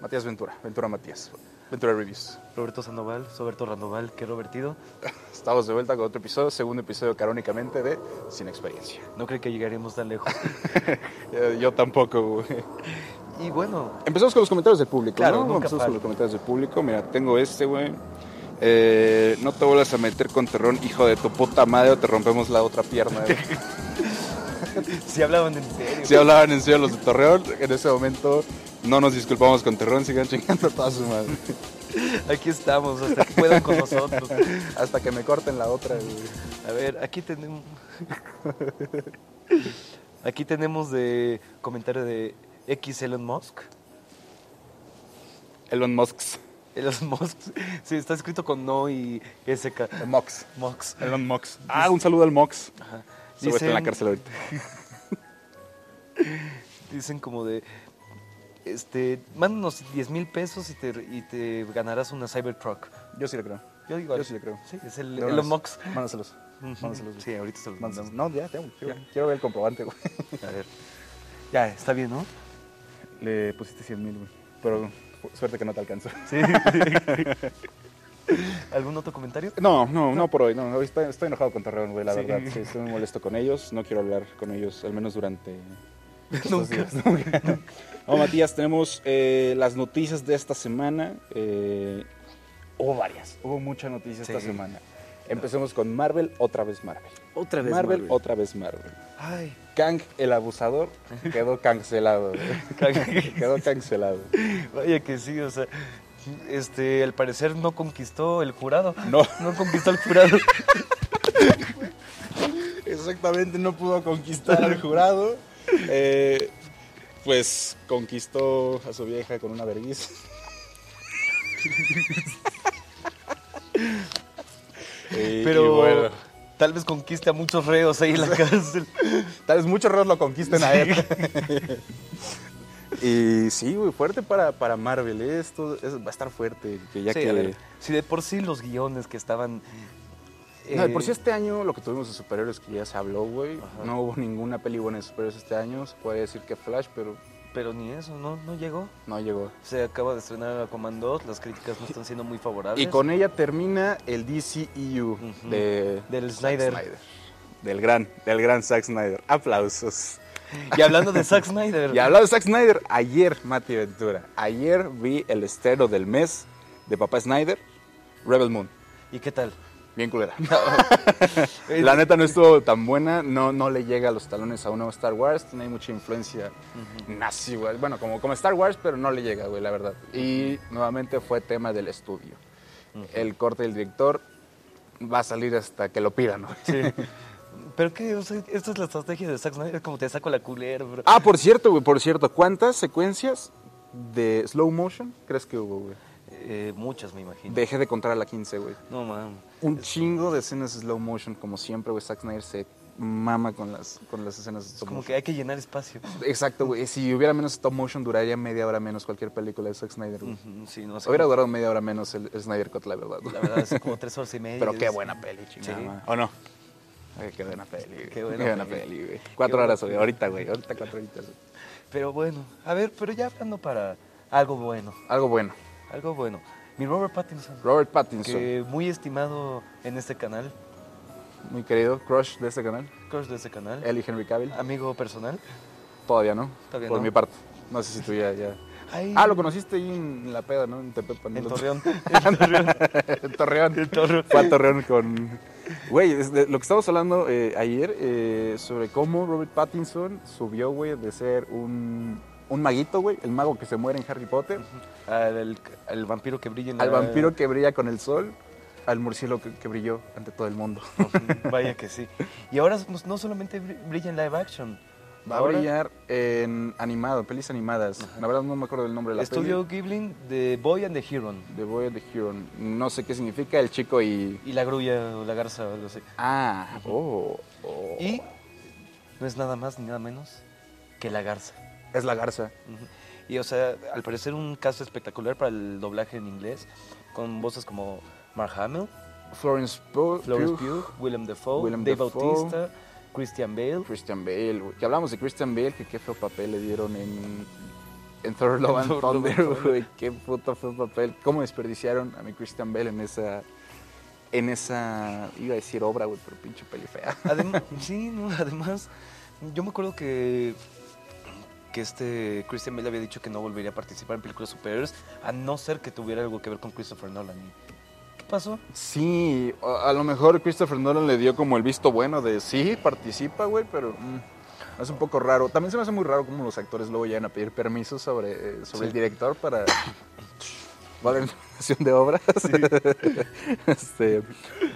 Matías Ventura, Ventura Matías, Ventura Reviews. Roberto Sandoval, Soberto Randoval, qué Robertido. Estamos de vuelta con otro episodio, segundo episodio canónicamente de Sin Experiencia. No creo que llegaremos tan lejos. Eh, Yo tampoco, güey. y bueno, Empezamos con los comentarios del público, Claro, ¿no? nunca Empezamos con falta. los comentarios del público. Mira, tengo este, güey. Eh, no te vuelvas a meter con terrón, hijo de tu puta madre, o te rompemos la otra pierna. güey. si hablaban en serio. Si hablaban en serio los de Torreón, en ese momento no nos disculpamos con Terrón, sigan chingando toda su madre. Aquí estamos, hasta que puedan con nosotros. Hasta que me corten la otra, güey. A ver, aquí tenemos. Aquí tenemos de comentario de X Elon Musk. Elon Musk. Elon Musk. Sí, está escrito con no y SK. Mox. Musk. Elon Mox. Ah, un saludo al Mox. Ajá. Se está en la Dicen- cárcel ahorita. Dicen como de. Este, mándanos 10 mil pesos y te, y te ganarás una Cybertruck. Yo sí le creo. Yo digo, Yo sí le creo. Sí, es el Elon Musk. Mándaselos. Mándaselos. Sí, ahorita se los Mándaselos. mandamos. No, ya, ya, quiero, quiero ver el comprobante, güey. A ver. Ya, está bien, ¿no? Le pusiste 100 mil, güey. Pero fu- suerte que no te alcanzó. Sí. ¿Algún otro comentario? No, no, no por hoy. No, hoy estoy, estoy enojado con Torreón, güey, la Sí. verdad. Sí, estoy muy molesto con ellos. No quiero hablar con ellos, al menos durante. estos Nunca. días. No, Matías, tenemos eh, las noticias de esta semana. Eh, hubo varias, hubo mucha noticia esta Sí. semana. Empecemos con Marvel, otra vez Marvel. Otra vez Marvel, Marvel. otra vez Marvel. Ay. Kang el abusador quedó cancelado. güey. quedó cancelado. Vaya que sí, o sea. Este, al parecer no conquistó el jurado. No. No conquistó el jurado. Exactamente, no pudo conquistar al jurado. Eh, pues conquistó a su vieja con una vergüenza. Pero tal vez conquiste a muchos reos ahí en la cárcel. tal vez muchos reos lo conquisten a él. y sí, güey, fuerte para, para Marvel. eh, Esto es- va a estar fuerte. Que ya Sí, que... a ver, si de por sí los guiones que estaban. No, de eh, por si este año lo que tuvimos de superhéroes que ya se habló, güey. Ajá. No hubo ninguna peli buena de superhéroes este año. Se puede decir que Flash, pero Pero ni eso, no, no llegó. no llegó. Se acaba de estrenar Aquaman 2, las críticas no están siendo muy favorables. Y con ella termina el DCEU Ujú. de Del Zack Snyder. Del gran, del gran Zack Snyder. Aplausos. Y hablando de Zack Snyder. Y hablando de Zack Snyder, ayer, Mati Ventura, ayer vi el estero del mes de Papá Snyder, Rebel Moon. ¿Y qué tal? Bien culera. Eh, La neta no estuvo tan buena, no, no le llega a los talones a un nuevo Star Wars, tiene mucha influencia nazi, güey. Bueno, como, como Star Wars, pero no le llega, güey, la verdad. Y nuevamente fue tema del estudio. El corte del director va a salir hasta que lo pidan, güey. Sí. Pero que, o sea, esta es la estrategia de Zack Snyder, como te saco la culera, bro. Ah, por cierto, güey, por cierto, ¿cuántas secuencias de slow motion crees que hubo, güey? Eh, muchas, me imagino. Dejé de contar a la 15, güey. No, man. Un chingo de escenas de slow motion, como siempre, güey. Zack Snyder se mama con las, con las escenas de Es slow como motion. que hay que llenar espacio. Exacto, güey. Si hubiera menos stop motion, duraría media hora menos cualquier película de Zack Snyder, güey. Ujú, Sí, no sé. Hubiera durado media hora menos el, el Snyder Cut, la verdad. güey. Mm. La verdad, es como tres horas y media. Pero qué Es- buena peli, chingada. Sí. madre. ¿O no? Ay, qué buena peli, güey. Qué buena peli. peli, güey. Cuatro buena horas, güey. Ahorita, güey. Ahorita cuatro horitas. güey. Pero bueno, a ver, pero ya hablando para algo bueno. Algo bueno. Algo bueno. Mi Robert Pattinson, Robert Pattinson, que muy estimado en este canal, muy querido, crush de este canal. crush de este canal, Él y Henry Cavill. amigo personal. Todavía no. Todavía Por no. mi parte. No sé si tú ya, ya. Ay, Ah, lo conociste ahí en la peda, ¿no? En Tepepan. En ¿no? Torreón. En Torreón. en Torreón. En Torreón. Fue a Torreón con... Güey, es de lo que estábamos hablando eh, ayer eh, sobre cómo Robert Pattinson subió, güey, de ser un, un maguito, güey, el mago que se muere en Harry Potter, Al, al vampiro que brilla en al la- vampiro que brilla con el sol, al murciélago que, que brilló ante todo el mundo. Vaya que sí. Y ahora no- no solamente br- brilla en live action. Va ahora a brillar en animado, pelis animadas. La verdad no me acuerdo del nombre de la Estudio Ghibli de Boy and the Heron. peli. The Boy and the Huron. No sé qué significa el chico y... Y la grulla o la garza o algo así. Ah, oh, oh. Y no es nada más ni nada menos que la garza. Es la garza. Ujú. Y o sea, al parecer un caso espectacular para el doblaje en inglés, con voces como Mark Hamill, Florence Pugh, Florence Pugh, Pugh, Willem Dafoe, Willem Dave Dafoe. Bautista, Christian Bale. Christian Bale. güey. Que hablamos de Christian Bale, que qué feo papel le dieron en en Thor Love and Thor, Love and Thunder, güey, qué puto fue el papel. Cómo desperdiciaron a mi Christian Bale en esa, en esa, iba a decir obra, güey, pero pinche peli fea. Además, sí, no, además, yo me acuerdo que que este Christian Bale había dicho que no volvería a participar en películas superiores a no ser que tuviera algo que ver con Christopher Nolan. ¿Y ¿Qué pasó? Sí, a, a lo mejor Christopher Nolan le dio como el visto bueno de sí, participa, güey, pero mm, es un poco raro. También se me hace muy raro cómo los actores luego llegan a pedir permiso sobre, eh, sobre Sí. el director para para la información de obras. Este,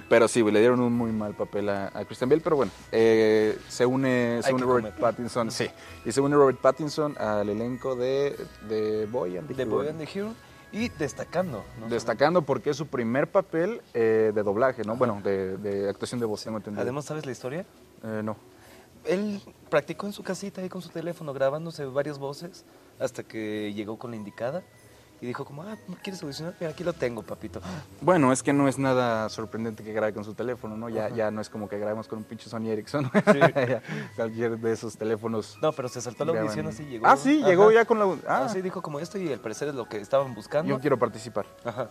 pero sí, güey, le dieron un muy mal papel a, a Christian Bale, pero bueno, eh, se une, se Hay une que Robert comer. Pattinson, sí, y se une Robert Pattinson al elenco de, de Boy and the The Heron. Boy and the Hero y destacando. ¿no? Destacando porque es su primer papel eh, de doblaje, ¿no? Bueno, de, de actuación de voz, tengo entendido. Además, ¿sabes la historia? Eh, no. Él practicó en su casita ahí con su teléfono grabándose varias voces hasta que llegó con la indicada y dijo como, ah, ¿quieres audicionar? Mira, aquí lo tengo, papito. Bueno, es que no es nada sorprendente que grabe con su teléfono, ¿no? Ya, Ajá. ya no es como que grabemos con un pinche Sony Ericsson. Sí. Ya, Cualquier de esos teléfonos. No, pero se saltó la graban. audición así, llegó. Ah, sí, llegó Ajá. ya con la. Ah, Así dijo como esto y al parecer es lo que estaban buscando. Yo quiero participar. Ajá.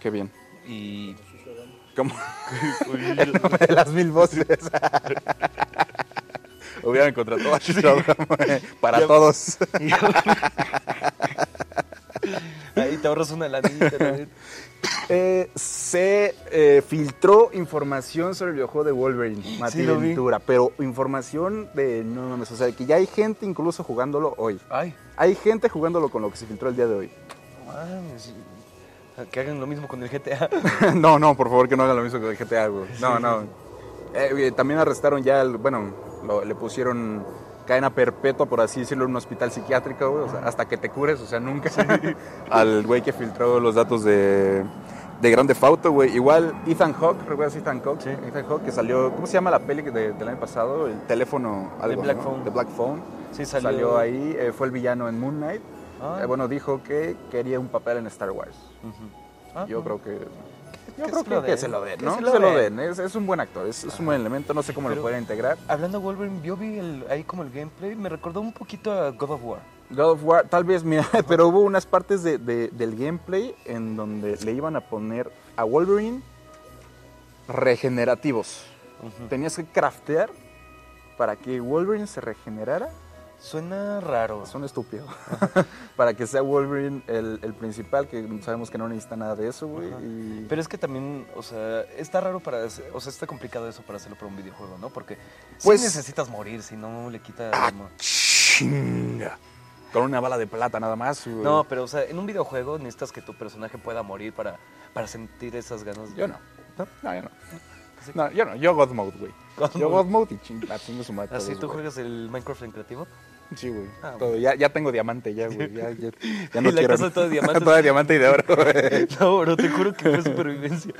Qué bien. Y ¿Cómo? El mame de las mil voces. Hubieran contratado a Shishadram, eh, para Ya- todos. ahí te ahorras una lanita. la neta. Eh, se eh, filtró información sobre el videojuego de Wolverine, Mati Sí, lo vi. Ventura, pero información de no mames, o sea, que ya hay gente incluso jugándolo hoy. Ay, Hay gente jugándolo con lo que se filtró el día de hoy. no mames. Que hagan lo mismo con el GTA. no, no, por favor que no hagan lo mismo que el GTA, güey. No, no. Eh, eh, también arrestaron ya, al- bueno, lo- le pusieron cadena perpetua, por así decirlo, en un hospital psiquiátrico, güey, o sea, hasta que te cures, o sea, nunca. al güey que filtró los datos de, de Grande Fauto, güey. Igual Ethan Hawke, ¿recuerdas Ethan Hawke? Sí. Ethan Hawke que salió, ¿cómo se llama la peli que de- del año pasado? El teléfono, algo, Black ¿no? Phone. The Black Phone. Sí, Salió, salió. ahí, eh, fue el villano en Moon Knight. Ah. Eh, bueno, dijo que quería un papel en Star Wars. Ujú. Ah, Yo no. creo que. Yo que creo se lo que, den, se lo den, que ¿no? se Se lo lo, den. den. Es, es un buen actor, es, es un buen elemento. No sé cómo Pero- lo pueden integrar. Hablando de Wolverine, yo vi el- ahí como el gameplay, me recordó un poquito a God of War. God of War, tal vez, mira, pero hubo unas partes de- de- del gameplay en donde le iban a poner a Wolverine regenerativos. Ujú. Tenías que craftear para que Wolverine se regenerara. Suena raro. Son estúpidos. para que sea Wolverine el, el principal, que sabemos que no necesita nada de eso, güey. Ajá. y- Pero es que también, o sea, está raro para. hacer- O sea, está complicado eso para hacerlo para un videojuego, ¿no? Porque Pues- Ah, sí necesitas morir, si no le quita. como- Chinga. Con una bala de plata nada más. güey. No, pero, o sea, en un videojuego necesitas que tu personaje pueda morir para, para sentir esas ganas. de- Yo no. No, yo no. Así- No, yo no. Yo God Mode, güey. God Yo Mode. God Mode y ching, ah, chingo su madre. Así todos, tú güey. juegas el Minecraft en creativo. Sí, güey. Ah, Todo, bueno. ya, ya tengo diamante, ya, güey. Ya, ya, ya no Y la quiero. casa toda de diamantes. toda de diamante y de oro, güey. No, bro, te juro que fue supervivencia.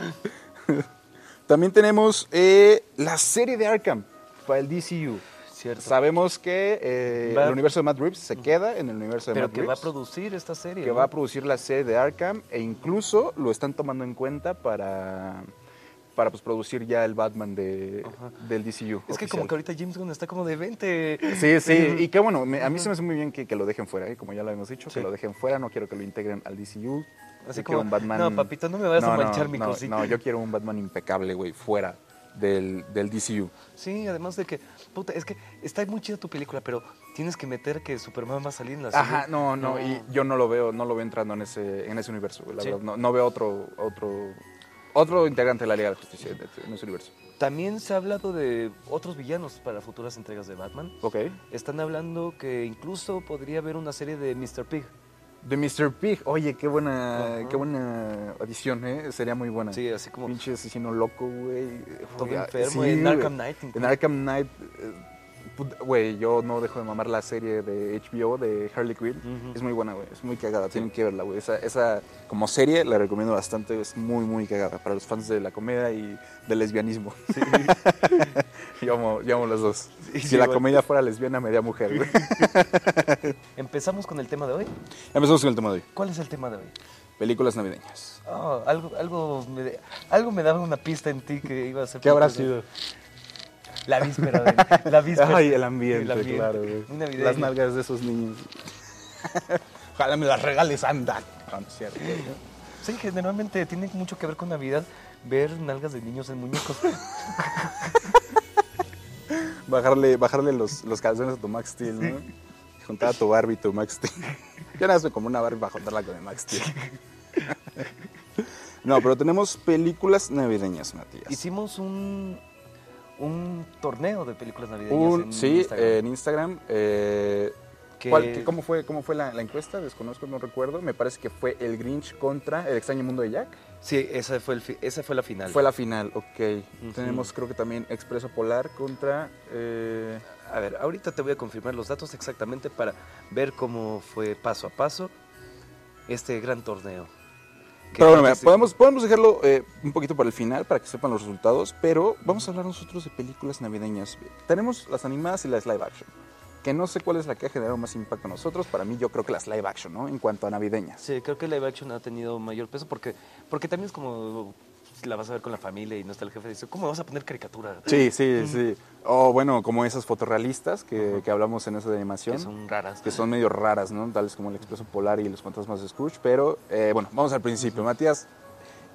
También tenemos eh, la serie de Arkham para el DCU. Cierto. Sabemos que eh, Va- el universo de Matt Reeves se queda en el universo de Pero Matt que va a Reeves, producir esta serie. que ¿no? va a producir la serie de Arkham e incluso lo están tomando en cuenta para, para pues, producir ya el Batman de, Ajá. del DCU. Es que oficial. como que ahorita James Gunn está como de Em, 20. Sí, sí, y qué bueno, me- a mí se me hace muy bien que, que lo dejen fuera, ¿eh? como ya lo hemos dicho, Sí. que lo dejen fuera, no quiero que lo integren al DCU. Así Yo como, quiero un Batman... "No, papito, no me vayas a manchar mi no, cosita". No, yo quiero un Batman impecable, güey, fuera del, del DCU. Sí, además de que, puta, es que está muy chida tu película, pero tienes que meter que Superman va a salir en la serie. Ajá, no, no, y yo no lo veo, no lo veo entrando en ese, en ese universo, güey, la Sí. verdad, no, no veo otro, otro, otro integrante de la Liga de la Justicia en ese- en ese universo. También se ha hablado de otros villanos para futuras entregas de Batman. Ok. Están hablando que incluso podría haber una serie de Mr. Pig. De Mr. Pig, oye, qué buena, Ajá. qué buena adición, ¿eh? Sería muy buena. Sí, así como- Pinche asesino loco, güey. Todo Oye, enfermo, en güey. Arkham Knight En incluso. Arkham Knight, eh, put- güey, yo no dejo de mamar la serie de HBO de Harley Quinn. Ujú. Es muy buena, güey. Es muy cagada. Tienen que verla, güey. Esa, esa como serie la recomiendo bastante. Es muy, muy cagada para los fans de la comedia y del lesbianismo. yo, amo, yo amo las dos. Sí, si sí, la güey. comedia fuera lesbiana, me haría mujer, güey. Empezamos con el tema de hoy. Empezamos con el tema de hoy. ¿Cuál es el tema de hoy? Películas navideñas. Ah, algo, algo, me, algo me daba una pista en ti que iba a ser. ¿Qué habrá poco- sido? La víspera, de, la víspera. Ay, el ambiente, El ambiente, claro. güey. muy navideño. Las nalgas de esos niños. Ojalá me las regales, anda. No, no es cierto, güey. Sí, generalmente tiene mucho que ver con Navidad ver nalgas de niños en muñecos. Bajarle, bajarle los, los calzones a tu Max Steel, ¿no? Juntar a tu Barbie y tu Max Steel. Yo nada más me compré una Barbie para juntarla con el Max Steel. No, pero tenemos películas navideñas, Matías. Hicimos un, un torneo de películas navideñas. Un- en sí, eh, Instagram. en Instagram. eh, Que- ¿cuál- qué- ¿Cómo fue, cómo fue la, la encuesta? Desconozco, no recuerdo. Me parece que fue El Grinch contra El extraño mundo de Jack. Sí, esa fue, el fi- esa fue la final. Fue la final, ok. Tenemos creo que también Expreso Polar contra... eh, A ver, ahorita te voy a confirmar los datos exactamente para ver cómo fue paso a paso este gran torneo. Que Pero bueno, mira, antes- podemos, podemos dejarlo eh, un poquito para el final, para que sepan los resultados, pero vamos a hablar nosotros de películas navideñas. Tenemos las animadas y las live action, que no sé cuál es la que ha generado más impacto a nosotros. Para mí yo creo que las live action, ¿no? En cuanto a navideñas. Sí, creo que live action ha tenido mayor peso porque, porque también es como la vas a ver con la familia y no está el jefe. Dice, ¿cómo vas a poner caricatura? Sí, sí, sí. O bueno, como esas fotorrealistas que, que hablamos en esa de animación. Que son raras. que son medio raras, ¿no? Tales como el Expreso Polar y los fantasmas de Scrooge. Pero eh, bueno, vamos al principio. Matías,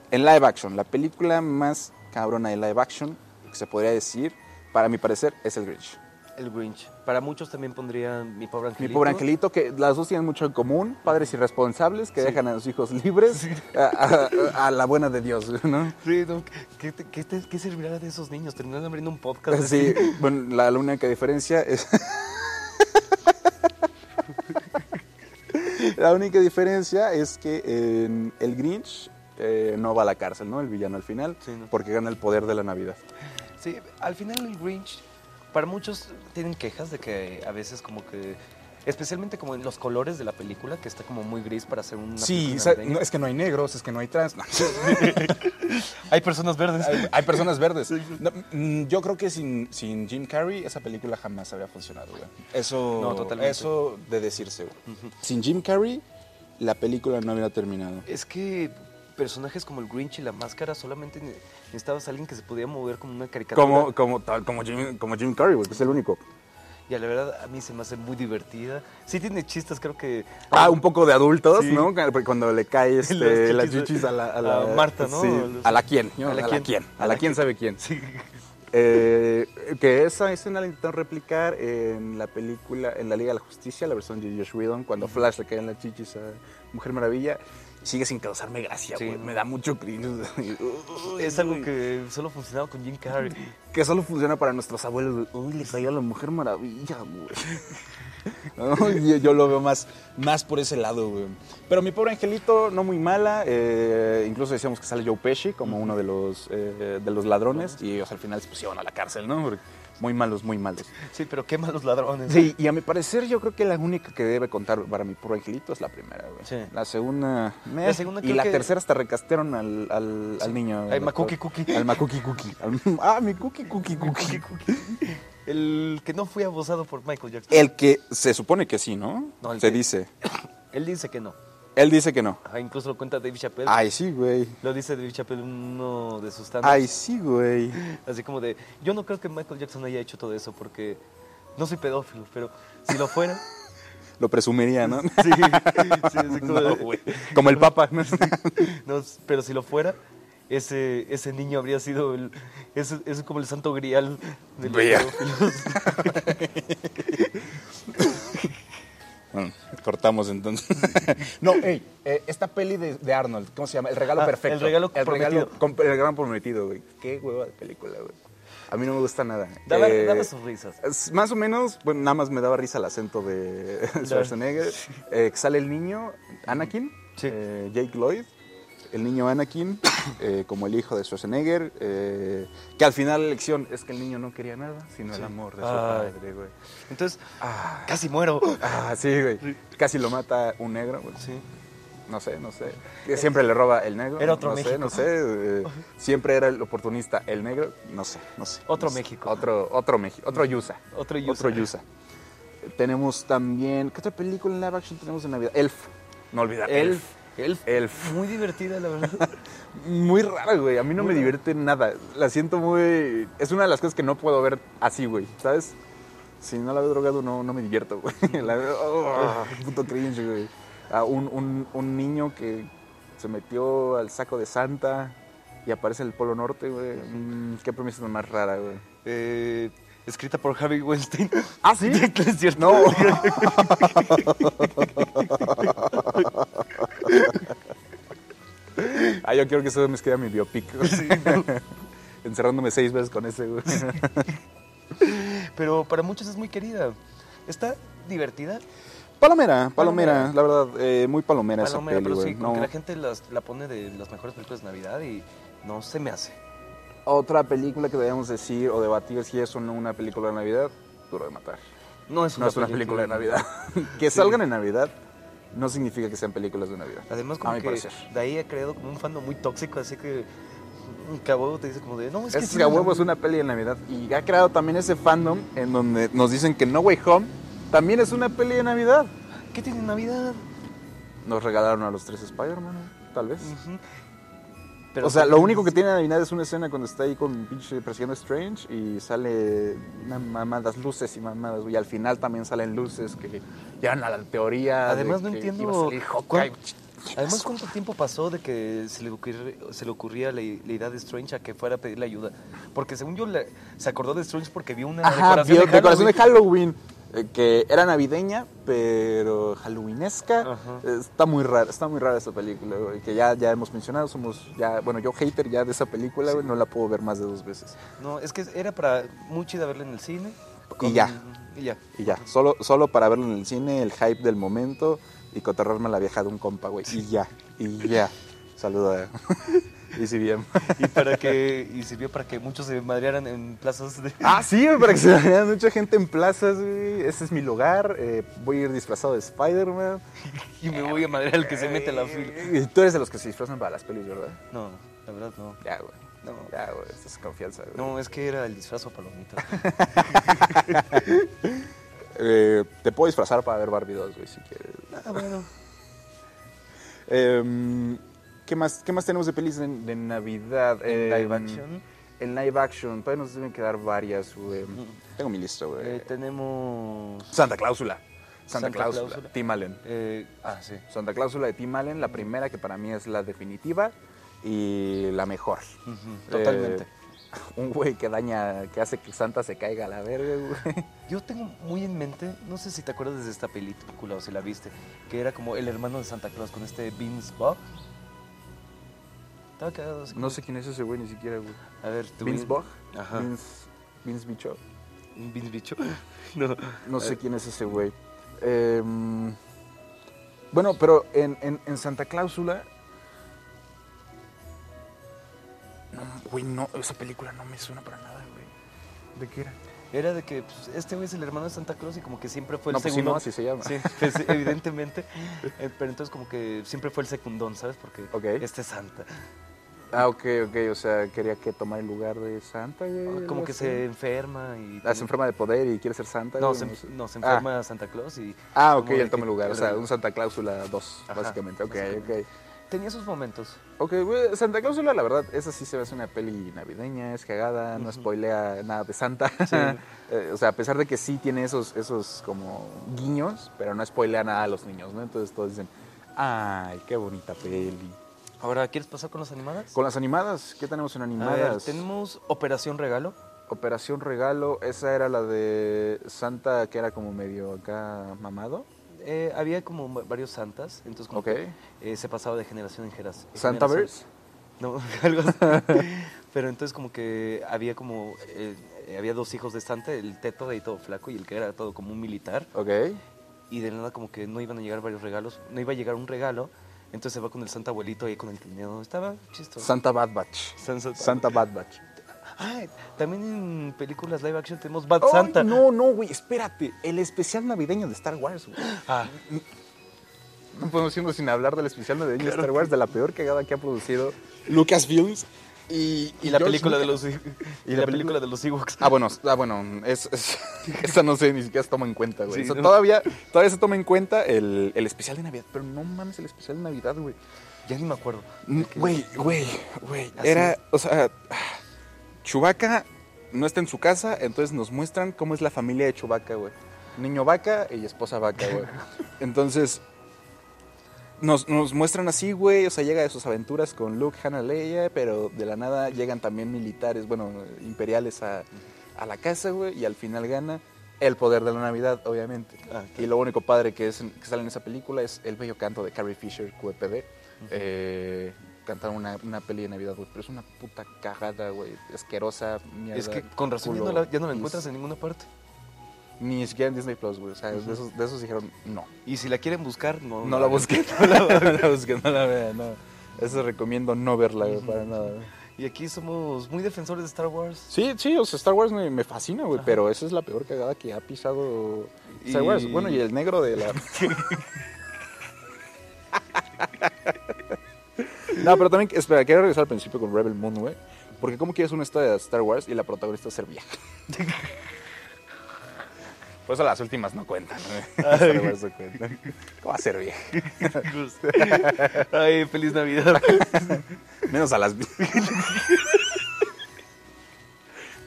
en live action, la película más cabrona de live action que se podría decir, para mi parecer, es el Grinch. El Grinch. Para muchos también pondría Mi Pobre Angelito. Mi pobre angelito, que las dos tienen mucho en común, padres irresponsables que dejan a sus hijos libres a, a- a la buena de Dios, ¿no? Sí, no, ¿qué, te- qué te- qué servirá de esos niños? Terminan abriendo un podcast. Sí, bueno, la, la única diferencia es... la única diferencia es que en el Grinch eh, no va a la cárcel, ¿no? El villano al final, Sí, ¿no? porque gana el poder de la Navidad. Sí, al final el Grinch, para muchos tienen quejas de que a veces como que, especialmente como en los colores de la película, que está como muy gris para hacer una película navideña. es que no hay negros, es que no hay trans. Hay personas verdes. hay, hay personas verdes. No, mm, yo creo que sin, sin Jim Carrey esa película jamás habría funcionado, güey. Eso, No, totalmente. eso de decirse, güey. Sin Jim Carrey, la película no hubiera terminado. Es que personajes como el Grinch y la máscara solamente ne- necesitabas a alguien que se podía mover como una caricatura. Como, como, tal- como, Jim, como Jim Carrey, güey, que es el único. Y a la verdad a mí se me hace muy divertida. Sí tiene chistes, creo que... Ah, un poco de adultos, Sí. ¿no? Cuando le cae este, Las chichis las de- chichis a la, a la- a Marta, ¿no? sí, Los- a la quién, ¿no? a A la la quién. quién. A A la la quién sabe quién. Sí. Eh, que esa escena la intentaron replicar en la película, en la Liga de la Justicia, la versión de Josh Whedon, cuando Flash le caen las chichis a Mujer Maravilla. Sigue sin causarme gracia, Sí, güey. no. Me da mucho cringe. uh, Es algo que solo funcionaba con Jim Carrey. Que solo funciona para nuestros abuelos. güey. Uy, le cayó a la Mujer Maravilla, güey. No, yo, yo lo veo más, más por ese lado, güey. Pero mi pobre angelito, no muy mala. eh, incluso decíamos que sale Joe Pesci como uno de los, eh, de los ladrones. Y ellos al final se pusieron a la cárcel, ¿no? Porque muy malos, muy malos. Sí, pero quema a los ladrones. Sí, y a mi parecer yo creo que la única que debe contar para mi pobre angelito es la primera, güey. Sí. La segunda... meh, La segunda y creo la que- tercera hasta recastearon al, al, al Sí. niño. Al Macuki Cookie. Al Macuki Cookie. Al- ah, mi Cookie Cookie Cookie. El que no fue abusado por Michael Jackson. El que se supone que sí, ¿no? No, el se que- dice. Él dice que no. Él dice que no. Ajá, incluso lo cuenta Dave Chappelle. Ay, sí, güey. Lo dice Dave Chappelle en uno de sus stand Ay, sí, güey. Así como de, yo no creo que Michael Jackson haya hecho todo eso porque no soy pedófilo, pero si lo fuera... Lo presumiría, ¿no? sí, sí, así como de- No, güey. Como el Papa. ¿no? no, pero si lo fuera, ese, ese niño habría sido el... Es, es como el santo grial de los Vea. pedófilos. Bueno, cortamos entonces. no, hey, eh, esta peli de, de Arnold, ¿cómo se llama? El regalo Ah, perfecto. El regalo prometido. com- el gran prometido, güey. Qué hueva de película, güey. A mí no me gusta nada. Daba, Eh, daba sonrisas. es- Más o menos, bueno, nada más me daba risa el acento de Schwarzenegger. Eh, que sale el niño Anakin, Sí. eh, Jake Lloyd, el niño Anakin, eh, como el hijo de Schwarzenegger, eh, que al final la lección es que el niño no quería nada, sino el amor de su Ay. padre, güey. Entonces, Ah. casi muero. Ah, sí, güey. Casi lo mata un negro, güey. Sí. No sé, no sé. Que Siempre le roba el negro. Era otro no México. Sé, no sé. eh, siempre era el oportunista el negro. No sé, no sé. Otro no sé. México. Otro, otro México. Otro Yusa. Otro Yusa. Otro Yusa. Tenemos también. ¿Qué otra película en live action tenemos de Navidad? Elf. No olvidar. Elf. Elf. Elf. Muy divertida, la verdad. Muy rara, güey. A mí no me divierte nada. La siento muy. Es una de las cosas que no puedo ver así, güey. ¿Sabes? Si no la veo drogado, no, no me divierto, güey. La veo, oh, puto cringe, güey. Ah, un, un, un niño que se metió al saco de Santa y aparece en el Polo Norte, güey. Mm, qué premisa tan más rara, güey. Eh, escrita por Harvey Weinstein. ¿Ah, sí? ¿Es cierto? No. ah, yo quiero que eso me quede mi biopic. güey. Sí, no. Encerrándome seis veces con ese, güey. Pero para muchos es muy querida. Está divertida. Palomera, palomera, Palomera. la verdad, eh, muy palomera, Palomera, esa peli, pero sí, güey. como No. que la gente las- la pone de las mejores películas de Navidad y no se me hace. Otra película que debemos decir o debatir si es o no una película de Navidad, duro de matar. No es No es una película de Navidad. que salgan en Navidad no significa que sean películas de Navidad. Además, a como mi que parecer. de ahí ha creado como un fandom muy tóxico, así que Cabo te dice como de, no, es, Es, que sí, que a no, huevo es una peli de Navidad. Y ha creado también ese fandom en donde nos dicen que No Way Home también es una peli de Navidad. ¿Qué tiene Navidad? Nos regalaron a los tres Spider-Man, tal vez. Ujú. o sea, lo único que tiene Navidad es una escena cuando está ahí con pinche persiguiendo a Strange y sale una mamadas, luces y mamadas, güey. Y al final también salen luces que llevan a la teoría. de Además, no que entiendo iba a salir Hawkeye. cuán- Además, ¿cuánto tiempo pasó de que se le, ocurri- se le ocurría la, i- la idea de Strange a que fuera a pedirle ayuda? Porque según yo, la- se acordó de Strange porque vio una Ajá, vio de decoración de Halloween. Halloween. eh, Que era navideña, pero halloweenesca. Ajá. Eh, Está muy rara, está muy rara esa película, güey, Que ya, ya hemos mencionado, somos ya, bueno, yo hater ya de esa película, güey, no la puedo ver más de dos veces. No, es que era para muy chida verla en el cine. con- ya. Y ya. Y ya, solo, solo para verlo en el cine, el hype del momento y cotorrarme a la vieja de un compa, güey. Y ya, y ya. Saluda. Y si bien. Y, para que, y sirvió para que muchos se madrearan en plazas de... Ah, sí, güey, para que se vea mucha gente en plazas, güey. Ese es mi lugar. eh, voy a ir disfrazado de Spider-Man. Y me voy a madrear al que se mete a la fila. Y tú eres de los que se disfrazan para las pelis, ¿verdad? No, la verdad no. Ya, güey. No, Ya, güey. Esto es confianza, güey. no es que era el disfrazo palomita. Eh, te puedo disfrazar para ver Barbie 2, güey, si quieres. Ah, bueno. Em, ¿qué, más, ¿Qué más tenemos de pelis de, de Navidad? Live Em, action. En live action. Todavía nos deben quedar varias, güey. Tengo mi lista, güey. Eh, tenemos... Santa Cláusula. Santa, Santa Cláusula. Cláusula. Tim Allen. eh, ah, sí. Santa Cláusula de Tim Allen, la primera que para mí es la definitiva y la mejor. Ujú, Eh, Totalmente. un güey que daña, que hace que Santa se caiga a la verga, güey. Yo tengo muy en mente, no sé si te acuerdas de esta película o si la viste, que era como el hermano de Santa Claus con este Vince Bob. Estaba cagado así como- No sé quién es ese güey ni siquiera, güey. A ver, tú. Vince Bog. Ajá. Vince, Vince Bicho. Vince Bicho. no. No Eh. sé quién es ese güey. Em, bueno, pero en, en- en Santa Cláusula. No, güey, no, esa película no me suena para nada, güey. ¿De qué era? Era de que pues, este güey es el hermano de Santa Claus y como que siempre fue el no, pues sí, segundo. no, así se llama. Sí, pues, evidentemente. Eh, Pero entonces como que siempre fue el secundón, ¿sabes? Porque Ok. este es Santa. Ah, ok, ok, o sea, quería que tomar el lugar de Santa, güey. algo Ah, Como que así. se enferma y... Ah, se enferma de poder y quiere ser Santa, No, güey, se, sé. no, se Ah. enferma Santa Claus y... Ah, ok, como de él toma que el lugar, o sea, el- un Santa Cláusula 2, Ajá, básicamente. Ok, básicamente. ok. Tenía sus momentos. Ok, güey, Santa Cláusula, la verdad, esa sí se ve es una peli navideña, es cagada, no Ujú. spoilea nada de Santa. Sí. Eh, o sea, a pesar de que sí tiene esos, esos como guiños, pero no spoilea nada a los niños, ¿no? Entonces todos dicen, ay, qué bonita peli. Ahora, ¿quieres pasar con las animadas? Con las animadas, ¿qué tenemos en A ver, animadas? tenemos Operación Regalo. Operación Regalo, esa era la de Santa que era como medio acá mamado. Eh, había como va- varios santas, entonces como Ok. que, eh, se pasaba de generación en geras- generación. Santaverse. No, algo así. Pero entonces como que había como... eh, eh, había dos hijos de Santa, el teto de ahí todo flaco y el que era todo como un militar. Ok. y de la nada como que no iban a llegar varios regalos, no iba a llegar un regalo, entonces se va con el Santa abuelito ahí con el trineo, estaba chistoso. Santa Bad Batch. San- San- Santa Bad Batch. Ah, también en películas live action tenemos Bad Ay, Santa. No, no, güey, espérate. El especial navideño de Star Wars, güey. Ah, No podemos irnos sin hablar del especial navideño de Star Wars, de la peor cagada que ha producido Lucasfilms. Y, y la George película de Lucas. los y Y la la película de los Ewoks. Ah, bueno, ah, bueno, es, es- esa no sé, ni siquiera se toma en cuenta, güey. Sí, Eso no. todavía, todavía se toma en cuenta el, el especial de Navidad, pero no mames el especial de Navidad, güey. Ya ni me acuerdo. N- Güey, güey, güey. Así. Era, o sea, Chubaca no está en su casa, entonces nos muestran cómo es la familia de Chewbacca, güey. Niño vaca y esposa vaca, güey. Entonces, nos, nos muestran así, güey. O sea, llega de sus aventuras con Luke, Hannah, Leia, pero de la nada llegan también militares, bueno, imperiales a, a la casa, güey. Y al final gana el poder de la Navidad, obviamente. Ah, Y lo único padre que, es, que sale en esa película es el bello canto de Carrie Fisher, QPD. Eh, cantaron una, una peli de Navidad, güey. Pero es una puta cagada, güey. Asquerosa, mierda. Es que con razón ya culo, no, la, ya no la pis. encuentras en ninguna parte. Ni siquiera en Disney Plus, güey. O sea, Ujú. de, esos, de esos dijeron no. Y si la quieren buscar, no, No la hagan. busquen, no la, no la busquen, no la vean, no. Eso recomiendo no verla, güey, para nada, güey. Y aquí somos muy defensores de Star Wars. Sí, sí, o sea, Star Wars me, me fascina, güey, Ajá. pero esa es la peor cagada que ha pisado Star Y- Wars. Bueno, y el negro de la... no, pero también, espera, quiero regresar al principio con Rebel Moon, güey. Porque ¿cómo quieres una historia de Star Wars y la protagonista ser vieja? Por eso las últimas no cuentan, güey. Star Wars no cuentan. ¿Cómo va a ser vieja? Ay, feliz Navidad. Menos a las...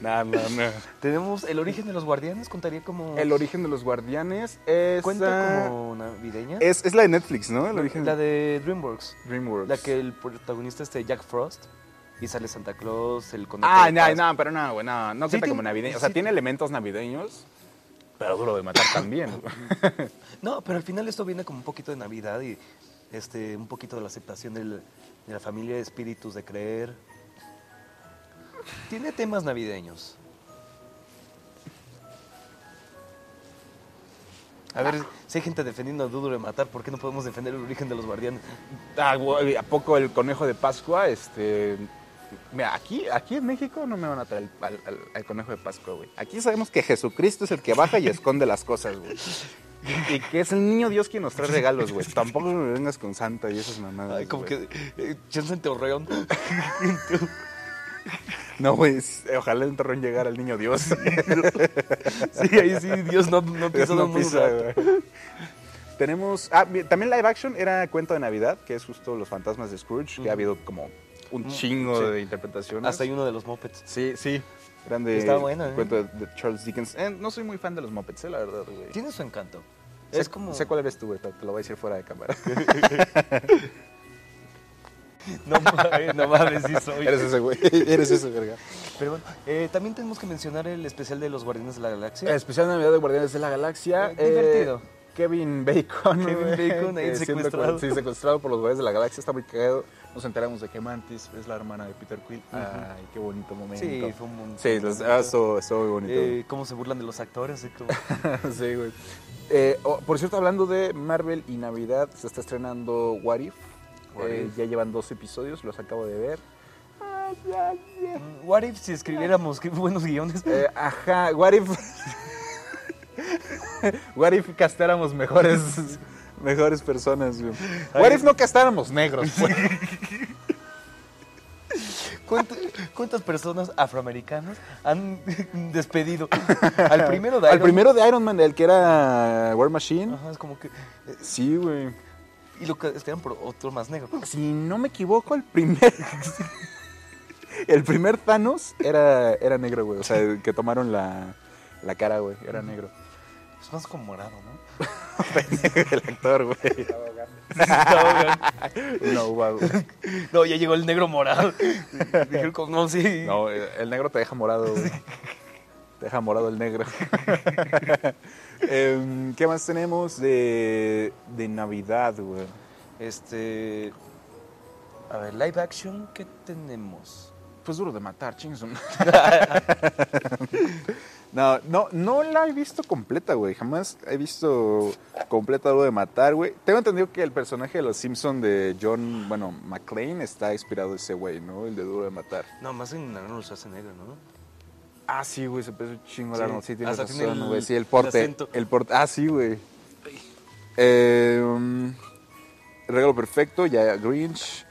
Nah, no, no. Tenemos el origen de los guardianes, contaría como... El origen de los guardianes es... ¿Cuenta ah, como navideña? Es, es la de Netflix, ¿no? El origen La de DreamWorks. DreamWorks. La que el protagonista es de Jack Frost y sale Santa Claus, el conejo Ah, de no, Pascua. no, pero no, güey, no, no cuenta Sí tiene- como navideño. O sea, sí tiene elementos navideños, pero duro de matar también. güey. No, pero al final esto viene como un poquito de Navidad y este, un poquito de la aceptación del- de la familia de espíritus de creer. Tiene temas navideños. A ver, si hay gente defendiendo a Duro de Matar, ¿por qué no podemos defender el origen de los guardianes? Ah, güey, ¿A poco el conejo de Pascua? Este. Mira, aquí, aquí en México no me van a traer al, al- al conejo de Pascua, güey. Aquí sabemos que Jesucristo es el que baja y esconde las cosas, güey. Y que es el niño Dios quien nos trae regalos, güey. Tampoco me vengas con Santa y esas mamadas. Ay, como güey. que eh, chance en Torreón. No, güey. es- Ojalá en Torreón llegara el niño Dios. Sí, ahí sí, Dios no, no Eso piensa no en un pisa, rato. güey. Tenemos. Ah, mi- también live action era cuento de Navidad, que es justo Los Fantasmas de Scrooge, que ha Ujú. habido como un Mm, chingo sí. de interpretaciones. Hasta hay uno de los Muppets. Sí, sí. Eran de. Está buena, el ¿eh? Cuento de, de Charles Dickens. Eh, no soy muy fan de los Muppets, eh, la verdad, güey. Tiene su encanto. Sé- Es como... Sé cuál eres tú, güey, pero te lo voy a decir fuera de cámara. No mames, no mames, sí soy. eres ese, güey. Eres ese, verga. Pero bueno, eh, también tenemos que mencionar el especial de los Guardianes de la Galaxia. Especial Navidad de Guardianes de la Galaxia. Eh, divertido. Kevin Bacon. Kevin güey, Bacon ahí que siendo secuestrado. cu- sí, secuestrado por los Guardianes de la Galaxia. Está muy cagado. Nos enteramos de que Mantis es la hermana de Peter Quill. Ujú. Ay, qué bonito momento. sí, fue un montón. Sí, los- ah, estuvo estuvo muy bonito. Eh, cómo se burlan de los actores. y cómo- sí, güey. Eh, oh, por cierto, hablando de Marvel y Navidad, se está estrenando What If. What Eh, If. Ya llevan dos episodios, los acabo de ver. Mm, What if si escribiéramos qué buenos guiones. Eh, ajá, what if. what if castáramos mejores, mejores personas, güey. What if no castáramos negros, pues? güey. ¿Cuánto- ¿Cuántas personas afroamericanas han despedido al primero de Al Iron primero de Iron Man, el que era War Machine. Man? Ajá, es como que. eh, Sí, güey. Y lo castigan por otro más negro. Si no me equivoco, el primer. el primer Thanos era, era negro, güey. O sea, el que tomaron la, la cara, güey. Era negro. Es más como morado, ¿no? el actor, güey. No, guau. no, ya llegó el negro morado. Dijeron como, no, sí. No, eh, el negro te deja morado, güey. Te deja morado el negro. Em, ¿Qué más tenemos de, de Navidad, güey? Este. A ver, live action, ¿qué tenemos? Pues duro de matar, chingues. no, no, no la he visto completa, güey. Jamás he visto completa duro de matar, güey. Tengo entendido que el personaje de los Simpson de John, bueno, McClane está inspirado de ese güey, ¿no? El de duro de matar. No, más en Arnold Schwarzenegger, ¿no? Ah, sí, güey, se parece un chingo al Sí, Arnold. Sí, tienes hasta tiene razón, el- güey. Sí, el el porte. El, acento. porte. Ah, sí, güey. Eh, um, regalo perfecto, ya Grinch.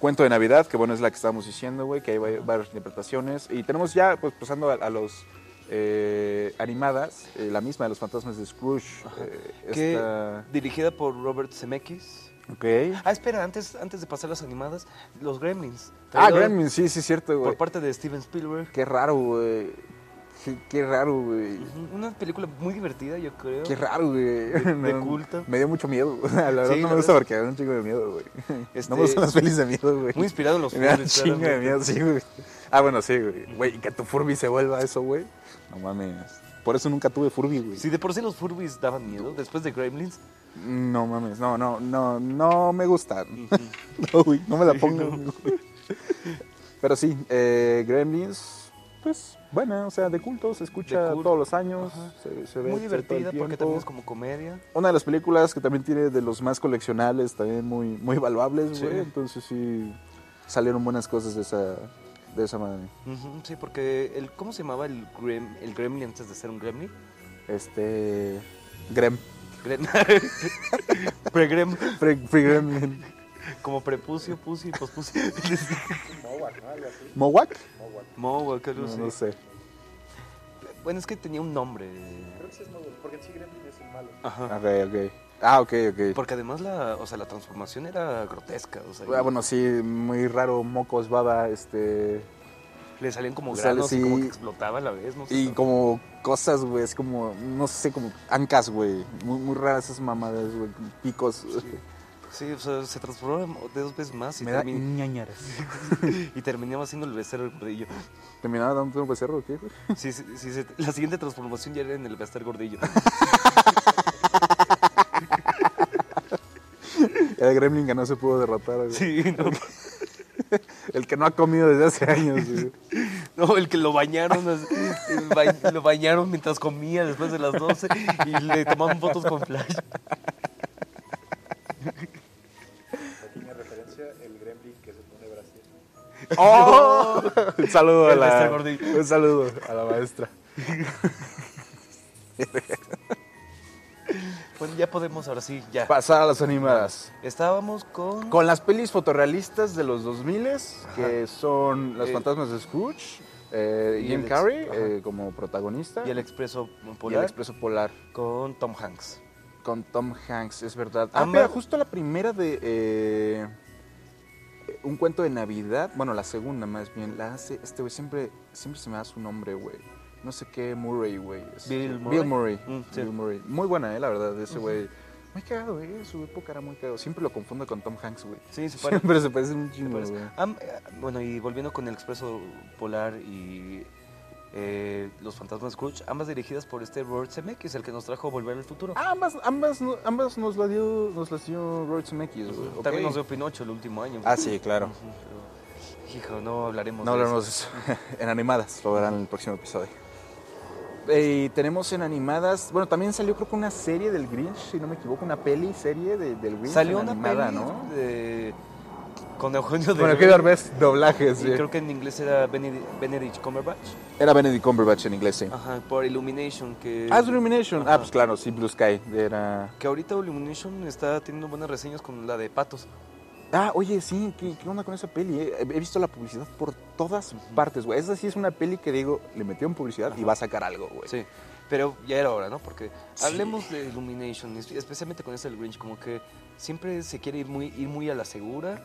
Cuento de Navidad, que bueno, es la que estábamos diciendo, güey, que hay va- varias interpretaciones. Y tenemos ya, pues, pasando a, a los eh, animadas, eh, la misma de los fantasmas de Scrooge. eh, Que esta- dirigida por Robert Zemeckis. Ok. Ah, espera, antes, antes de pasar las animadas, los Gremlins. Ah, Traidor, Gremlins, sí, sí, es cierto, Por güey. parte de Steven Spielberg. Qué raro, güey. Sí, qué raro, güey. Ujú, Una película muy divertida, yo creo. Qué raro, güey. De- de No, culto. Me dio mucho miedo. güey. La verdad Sí, no la me gusta verdad. porque me da un chingo de miedo, güey. No Este, me gustan las pelis de miedo, güey. Muy inspirado en los Me da un Furies, chingo de claramente. miedo, sí, güey. Ah, bueno, sí, güey. Güey, que tu Furby se vuelva eso, güey. No mames. Por eso nunca tuve Furby, güey. Si de por sí los Furbies daban miedo, después de Gremlins. No mames. No, no, no, no me gustan. No, güey, no me la Sí, pongo. no. güey. Pero sí, eh, Gremlins, pues, buena, o sea, de culto, se escucha De culto. todos los años. Ajá. Se, se ve Muy todo el divertida porque tiempo. también es como comedia. Una de las películas que también tiene de los más coleccionables, también muy, muy valuables, Sí. güey. Entonces sí, salieron buenas cosas de esa, de esa madre. Ujú, Sí, porque el, ¿cómo se llamaba el, grem- el Gremlin antes de ser un Gremlin? Este. Grem. Grem- Pre-Grem, Free, free Gremlin. como prepucio, pusi, pospucio. ¿Mowak? Mowak, algo No, así. no sé. Bueno, es que tenía un nombre. Creo que sí es nuevo, porque en sí Gremlin es el malo. Ajá. Ok, ok. Ah, ok, ok. Porque además la, o sea, la transformación era grotesca. O sea, Ah, bueno, sí, muy raro, mocos, baba, este. le salían como o sea, granos sí. y como que explotaba a la vez, no sé. Y como cosas, güey, es como, no sé, como ancas, güey. Muy, muy raras esas mamadas, güey. Picos. Sí, o sea, se transformaba de dos veces más y, Me da termi- ñañaras. y terminaba siendo el becerro del gordillo. ¿Terminaba dando un becerro o qué, güey? Sí, sí, sí, se- la siguiente transformación ya era en el becerro gordillo. El gremlin que no se pudo derrotar, güey. Sí, no, El que no ha comido desde hace años, güey. no, el que lo bañaron, así, eh, ba- lo bañaron mientras comía después de las 12 y le tomaban fotos con flash. Tiene referencia el Gremlin que se pone Brasil. ¡Oh! Un saludo a El Mr. la. Gordillo. Un saludo a la maestra. Bueno, ya podemos, ahora sí, ya. Pasar a las animadas. Estábamos con... Con las pelis fotorrealistas de los 2000 que son Los Eh, Fantasmas de Scrooge, eh, y Jim el ex- Carrey ajá. eh, como protagonista Y el expreso y el polar Expreso Polar con Tom Hanks. con Tom Hanks, es verdad. Ah, Ambas- pero justo la primera de eh, Un cuento de Navidad, bueno, la segunda más bien, la hace este güey, siempre, siempre se me da su nombre, güey. No sé qué, Murray, güey. este, Bill Murray. Bill Murray. Mm, sí. Bill Murray. Muy buena, eh, la verdad, ese güey. Muy cagado, güey. Su época era muy cagado. Siempre lo confundo con Tom Hanks, güey. Sí, se parece. Siempre se parece un se chingo, parece. güey. Am- eh, bueno, y volviendo con el expreso polar y eh, los fantasmas Scrooge, ambas dirigidas por este Robert Zemeckis, el que nos trajo Volver al Futuro. Ah, ambas, ambas, no- ambas nos la dio, nos las dio Robert Zemeckis, güey. Ujú. ok. También nos dio Pinocho el último año. Ah, sí, claro. Ujú, pero, Hijo, no hablaremos No de hablaremos de eso. en animadas, lo verán en el próximo episodio. Eh, Y tenemos en animadas, bueno, también salió creo que una serie del Grinch, si no me equivoco, una peli, serie de- del Grinch. eso. Salió en una animada, peli ¿no? de- con Eugenio de Bueno, que Derbez, doblajes, y creo que en inglés era Benedi- Benedict Cumberbatch. Era Benedict Cumberbatch en inglés, sí. Ajá, por Illumination que... Ah, es Illumination. Ah, Ajá. pues claro, sí, Blue Sky, era... Que ahorita Illumination está teniendo buenas reseñas con la de Patos. Ah, oye, sí, ¿qué, qué onda con esa peli? eh? He he visto la publicidad por todas partes, güey. Esa sí es una peli que digo, le metió en publicidad y Ajá. va a sacar algo, güey. Sí, pero ya era hora, ¿no? Porque Sí. hablemos de Illumination, es- especialmente con este del Grinch, como que siempre se quiere ir muy, ir muy a la segura,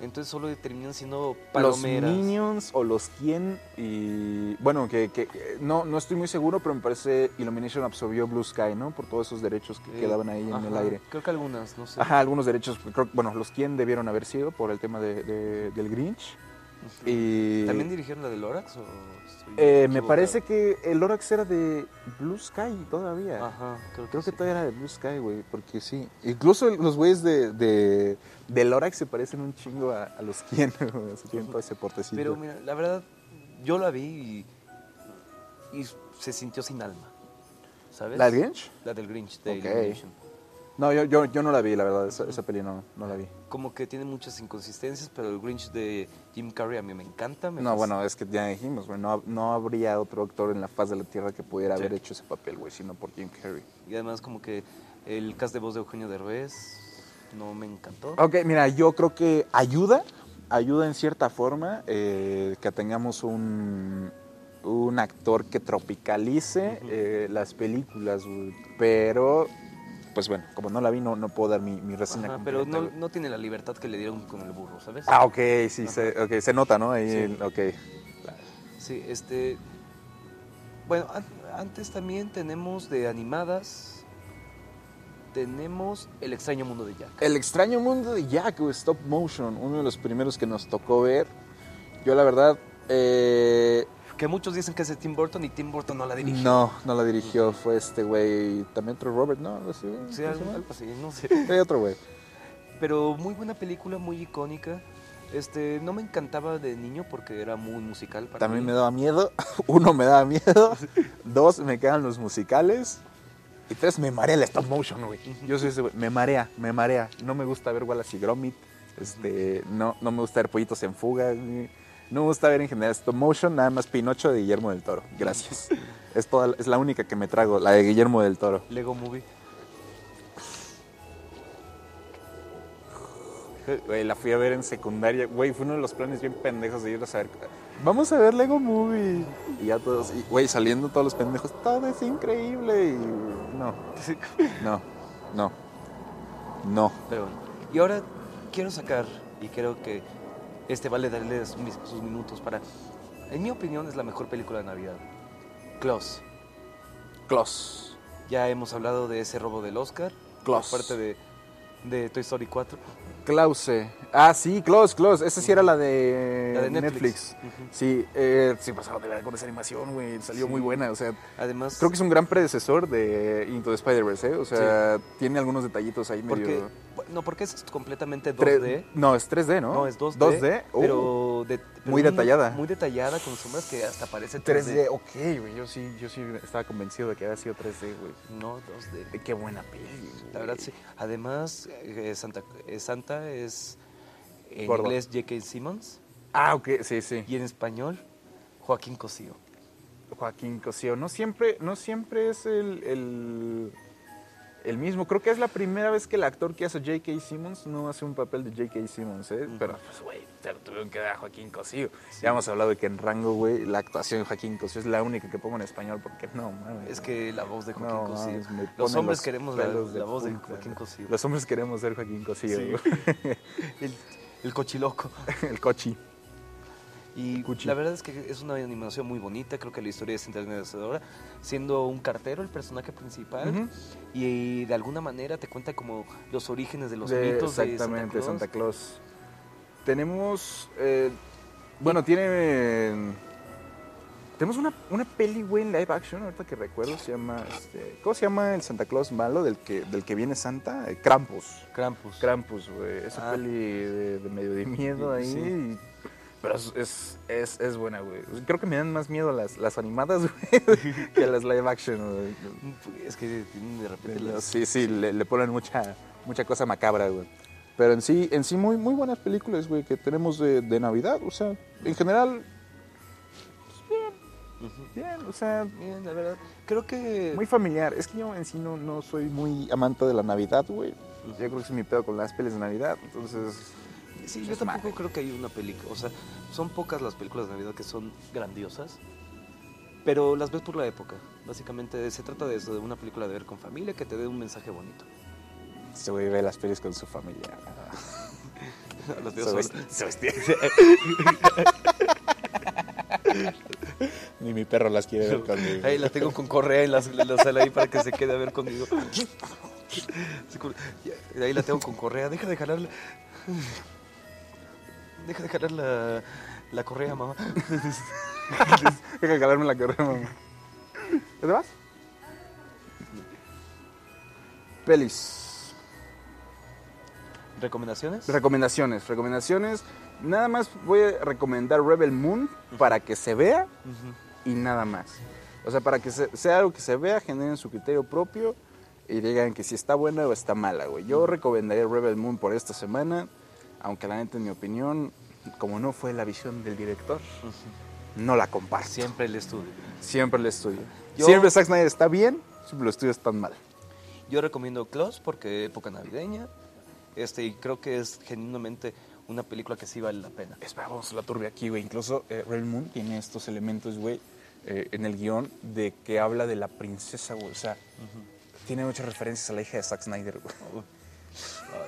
entonces solo terminan siendo palomeras. Los Minions o los quién y bueno, que, que- que- no, no estoy muy seguro, pero me parece Illumination absorbió Blue Sky, ¿no? Por todos esos derechos que Eh, quedaban ahí en el ajá, aire. Creo que algunas, no sé. Ajá, algunos derechos, pues, creo- bueno, los quién debieron haber sido por el tema de- de- del Grinch. Ujú. Y ¿También dirigieron la de Lorax o estoy eh, me equivocado? parece que el Lorax era de Blue Sky todavía. Ajá, creo que, Creo que Ah, sí. todavía era de Blue Sky, güey, porque sí. Incluso los güeyes de, de, de Lorax se parecen un chingo a, a los quién, güey, así tienen todo ese portecito. Pero mira, la verdad, yo la vi y, y se sintió sin alma, ¿sabes? ¿La del Grinch? La del Grinch, de Ok. Illumination. No, yo, yo, yo no la vi, la verdad, esa, esa peli no, no la vi. como que tiene muchas inconsistencias, pero el Grinch de Jim Carrey a mí me encanta. me No, fasc- bueno, es que ya dijimos, güey, no, no habría otro actor en la faz de la Tierra que pudiera Sí. haber hecho ese papel, güey, sino por Jim Carrey. Y además como que el cast de voz de Eugenio Derbez no me encantó. Ok, mira, yo creo que ayuda, ayuda en cierta forma eh, que tengamos un, un actor que tropicalice Ujú. eh, las películas, güey, pero pues bueno. Como no la vi, no, no puedo dar mi, mi reseña Ajá, completa, pero no, güey. no tiene la libertad que le dieron con el burro, ¿sabes? Ah, ok, sí, se, ok, se nota, ¿no? Ahí, el- ok. Sí, este. Bueno, an- antes también tenemos de animadas. Tenemos El extraño mundo de Jack. El extraño mundo de Jack, güey, stop motion, uno de los primeros que nos tocó ver. Yo la verdad, eh, Que muchos dicen que es de Tim Burton y Tim Burton no la dirige. no, no la dirigió, fue este güey, también otro Robert, ¿no? Algo así, güey, ¿cómo Sí, se algo, llama? algo así, no sé. Hay otro güey. Pero muy buena película, muy icónica. Este, no me encantaba de niño porque era muy musical para También mí. me daba miedo. Uno, me daba miedo. Dos, me quedan los musicales. Y tres, me marea el stop motion, güey. Yo soy ese güey. Me marea, me marea. No me gusta ver Wallace y Gromit. Este, no, no me gusta ver pollitos en fuga. güey. No me gusta ver en general stop motion, nada más Pinocho de Guillermo del Toro. Gracias. Es, toda, es la única que me trago, la de Guillermo del Toro. Lego Movie. Güey, la fui a ver en secundaria. Güey, fue uno de los planes bien pendejos de ir a saber. Vamos a ver Lego Movie. Y ya todos, y, güey, saliendo todos los pendejos, todo es increíble. Y no, no, no, no. Pero bueno. Y ahora quiero sacar, y creo que este vale darle mis- sus minutos para. En mi opinión, es la mejor película de Navidad. Klaus. Close. Ya hemos hablado de ese robo del Oscar. Klaus. Aparte de, de Toy Story 4. Klause. Ah, sí, Close, Close. Esa sí era la de, La de Eh, Netflix. Netflix. Ujú. Sí, eh, sí pasaron de verdad con esa animación, güey. Salió Sí. muy buena, o sea, Además, creo que es un gran predecesor de Into the Spider-Verse, ¿eh? O sea, tiene algunos detallitos ahí medio... porque, no, porque es completamente 2D. Tres- No, es 3D, ¿no? No, es 2D. 2D, oh. pero, de- pero Muy una- detallada. Muy detallada, con sombras que hasta parece 3D, 3D. ok, güey. Yo sí, yo sí estaba convencido de que había sido 3D, güey. No, 2D. Eh, Qué buena peli. La verdad, sí. Además, eh, Santa, eh, Santa es en Gordo. inglés J.K. Simmons Ah, ok, sí, sí. y en español Joaquín Cosío. Joaquín Cosío. No siempre, no siempre es el, el, el mismo. Creo que es la primera vez que el actor que hace J.K. Simmons no hace un papel de J.K. Simmons, ¿eh? Pero, pues, güey, te lo tuvieron que dar a Joaquín Cosío. Ya hemos hablado de que en Rango, güey, la actuación de Joaquín Cosío es la única que pongo en español porque no, mames. Es que la voz de Joaquín No, Cosío. mames, me Los ponen hombres los queremos la, pelos de la voz de punta. Joaquín Cosío. Los hombres queremos ser Joaquín Cosío, Sí. güey. El, el cochiloco. el cochi. Y Cuchi. la verdad es que es una animación muy bonita, creo que la historia es enternecedora, siendo un cartero el personaje principal Ujú. y de alguna manera te cuenta como los orígenes de los De- mitos exactamente, de Santa Santa Claus. Claus. Tenemos, eh, bueno, tiene, eh, tenemos una, una peli, güey, en live action, ahorita que recuerdo, se llama, este, ¿cómo se llama el Santa Claus malo del que, del que viene Santa? Eh, Krampus. Krampus. Krampus, güey, esa Ah. peli de, de medio de miedo ahí, Sí. y- pero es, es, es- es buena, güey. Creo que me dan más miedo las, las animadas, güey, que las live action, güey. es que tienen de repente Pero las- Sí, sí, le, le ponen mucha, mucha cosa macabra, güey. Pero en sí, en sí muy, muy buenas películas, güey, que tenemos de, de Navidad. O sea, en general, pues, Ujú. bien, o sea, Bien, la verdad, creo que muy familiar. Es que yo en sí no, no soy muy amante de la Navidad, güey. Yo creo que es mi pedo con las pelis de Navidad. Entonces, sí, yo es tampoco madre. creo que hay una película, o sea, son pocas las películas de Navidad que son grandiosas. Pero las ves por la época. Básicamente se trata de eso, de una película de ver con familia que te dé un mensaje bonito. se este güey ve las pelis con su familia. Los veo Se solo. vesti- se vesti- Ni mi perro las quiere ver conmigo. Ahí la tengo con correa en la, en la sala ahí para que se quede a ver conmigo. Así como, ya, Ahí la tengo con correa. Deja de jalar la- Deja de jalar la, la correa, mamá. Deja de calarme la carrera, mamá. ¿Ya te vas? Pelis. ¿Recomendaciones? Recomendaciones, recomendaciones. Nada más voy a recomendar Rebel Moon para que se vea Ujú. y nada más. O sea, para que se- sea algo que se vea, generen su criterio propio y digan que si está buena o está mala, güey. Yo recomendaría Rebel Moon por esta semana, aunque la neta, en mi opinión, como no fue la visión del director, no la comparto. Siempre el estudio. Siempre le estudio. Yo- Siempre Zack Snyder está bien, siempre los estudios están mal. Yo recomiendo Klaus porque época navideña. Este, y creo que es genuinamente una película que sí vale la pena. Espera, vamos a la turbia aquí, güey. Incluso eh, Rebel Moon tiene estos elementos, güey, eh, en el guión de que habla de la princesa, güey. O sea, tiene muchas referencias a la hija de Zack Snyder, güey.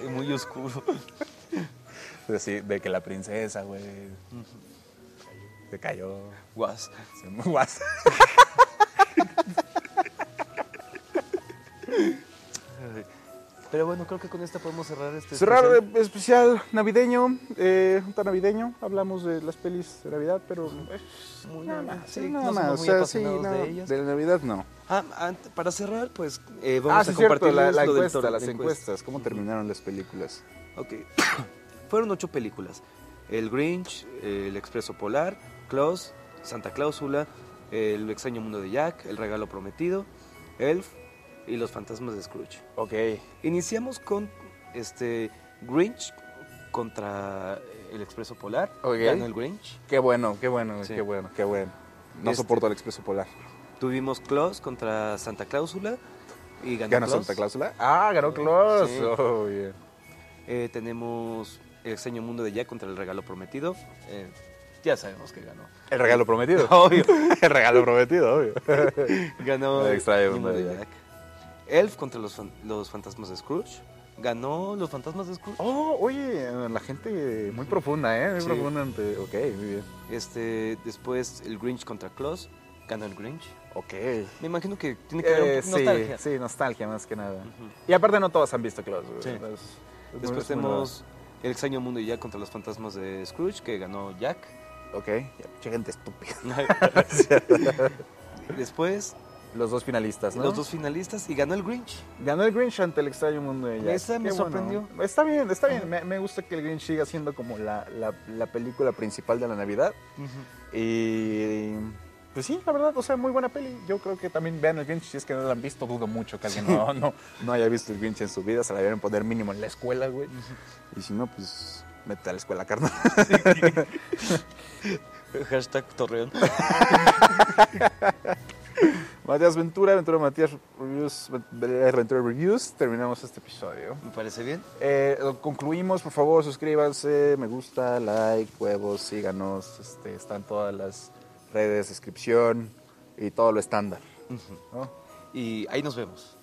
Ay, muy oscuro. De, sí, de que la princesa, güey. Se cayó. Guas. Se mu- guas. Ay. Pero bueno, creo que con esta podemos cerrar este. Cerrar especial. eh, especial navideño, eh, junta navideño. Hablamos de las pelis de Navidad, pero. eh, Muy nada bien, más, sí, sí, no nada somos más. muy o sea, sí, apasionados nada. de ellas. de la Navidad no. Ah, ant- para cerrar, pues eh, vamos ah, sí, a es compartir cierto, la, la lo del encuesta, toro, las la encuesta. encuestas. ¿Cómo terminaron las películas? Ok. Fueron ocho películas. El Grinch, El Expreso Polar, Klaus, Santa Cláusula, El extraño mundo de Jack, El regalo prometido, Elf y Los fantasmas de Scrooge. Ok. Iniciamos con este Grinch contra El Expreso Polar. Ok. Ganó el Grinch. Qué bueno, qué bueno, güey, Sí. qué bueno, qué bueno. No Este- soporto al Expreso Polar. Tuvimos Klaus contra Santa Cláusula y ganó ¿Ganó Klaus. Santa Cláusula? Ah, ganó Claus. Sí. Oh, bien. Eh, tenemos El extraño mundo de Jack contra El regalo prometido. Eh, ya sabemos que ganó. El regalo prometido. Obvio. El regalo prometido, obvio. Ganó Me el distrae, Extraño Mundo hombre, de ya. Jack. Elf contra los, fan- los fantasmas de Scrooge. Ganó los fantasmas de Scrooge. Oh, oye, la gente muy profunda, ¿eh? Muy Sí. profunda. ante- Ok, muy bien. Este, después el Grinch contra Claus. Ganó el Grinch. Ok. Me imagino que tiene que haber Eh, un sí, nostalgia. sí, nostalgia más que nada. Ujú. Y aparte no todos han visto Klaus. güey. Sí. Es- es muy- es Después muy tenemos El extraño mundo de Jack contra los fantasmas de Scrooge, que ganó Jack. nuevo. Ok, ya, mucha gente estúpida. Después, Los dos finalistas, ¿no? los dos finalistas y ganó el Grinch. Ganó el Grinch ante el extraño mundo de Jack. Esa Qué me bueno. sorprendió. Está bien, está Ajá. bien. Me, me gusta que el Grinch siga siendo como la, la- la película principal de la Navidad. Y. Pues sí, la verdad, o sea, muy buena peli. Yo creo que también vean el Grinch. Si es que no la han visto, dudo mucho que alguien no, no, no haya visto el Grinch en su vida. Se la deben poner mínimo en la escuela, güey. Y si no, pues métete a la escuela, carnal. Hashtag Torreón. Matías Ventura, Ventura Matías Reviews, Ventura Reviews. Terminamos este episodio. Me parece bien. Eh, lo concluimos, por favor, suscríbanse, me gusta, like, huevos, síganos, este, están todas las redes, descripción y todo lo estándar. ¿no? Y ahí nos vemos.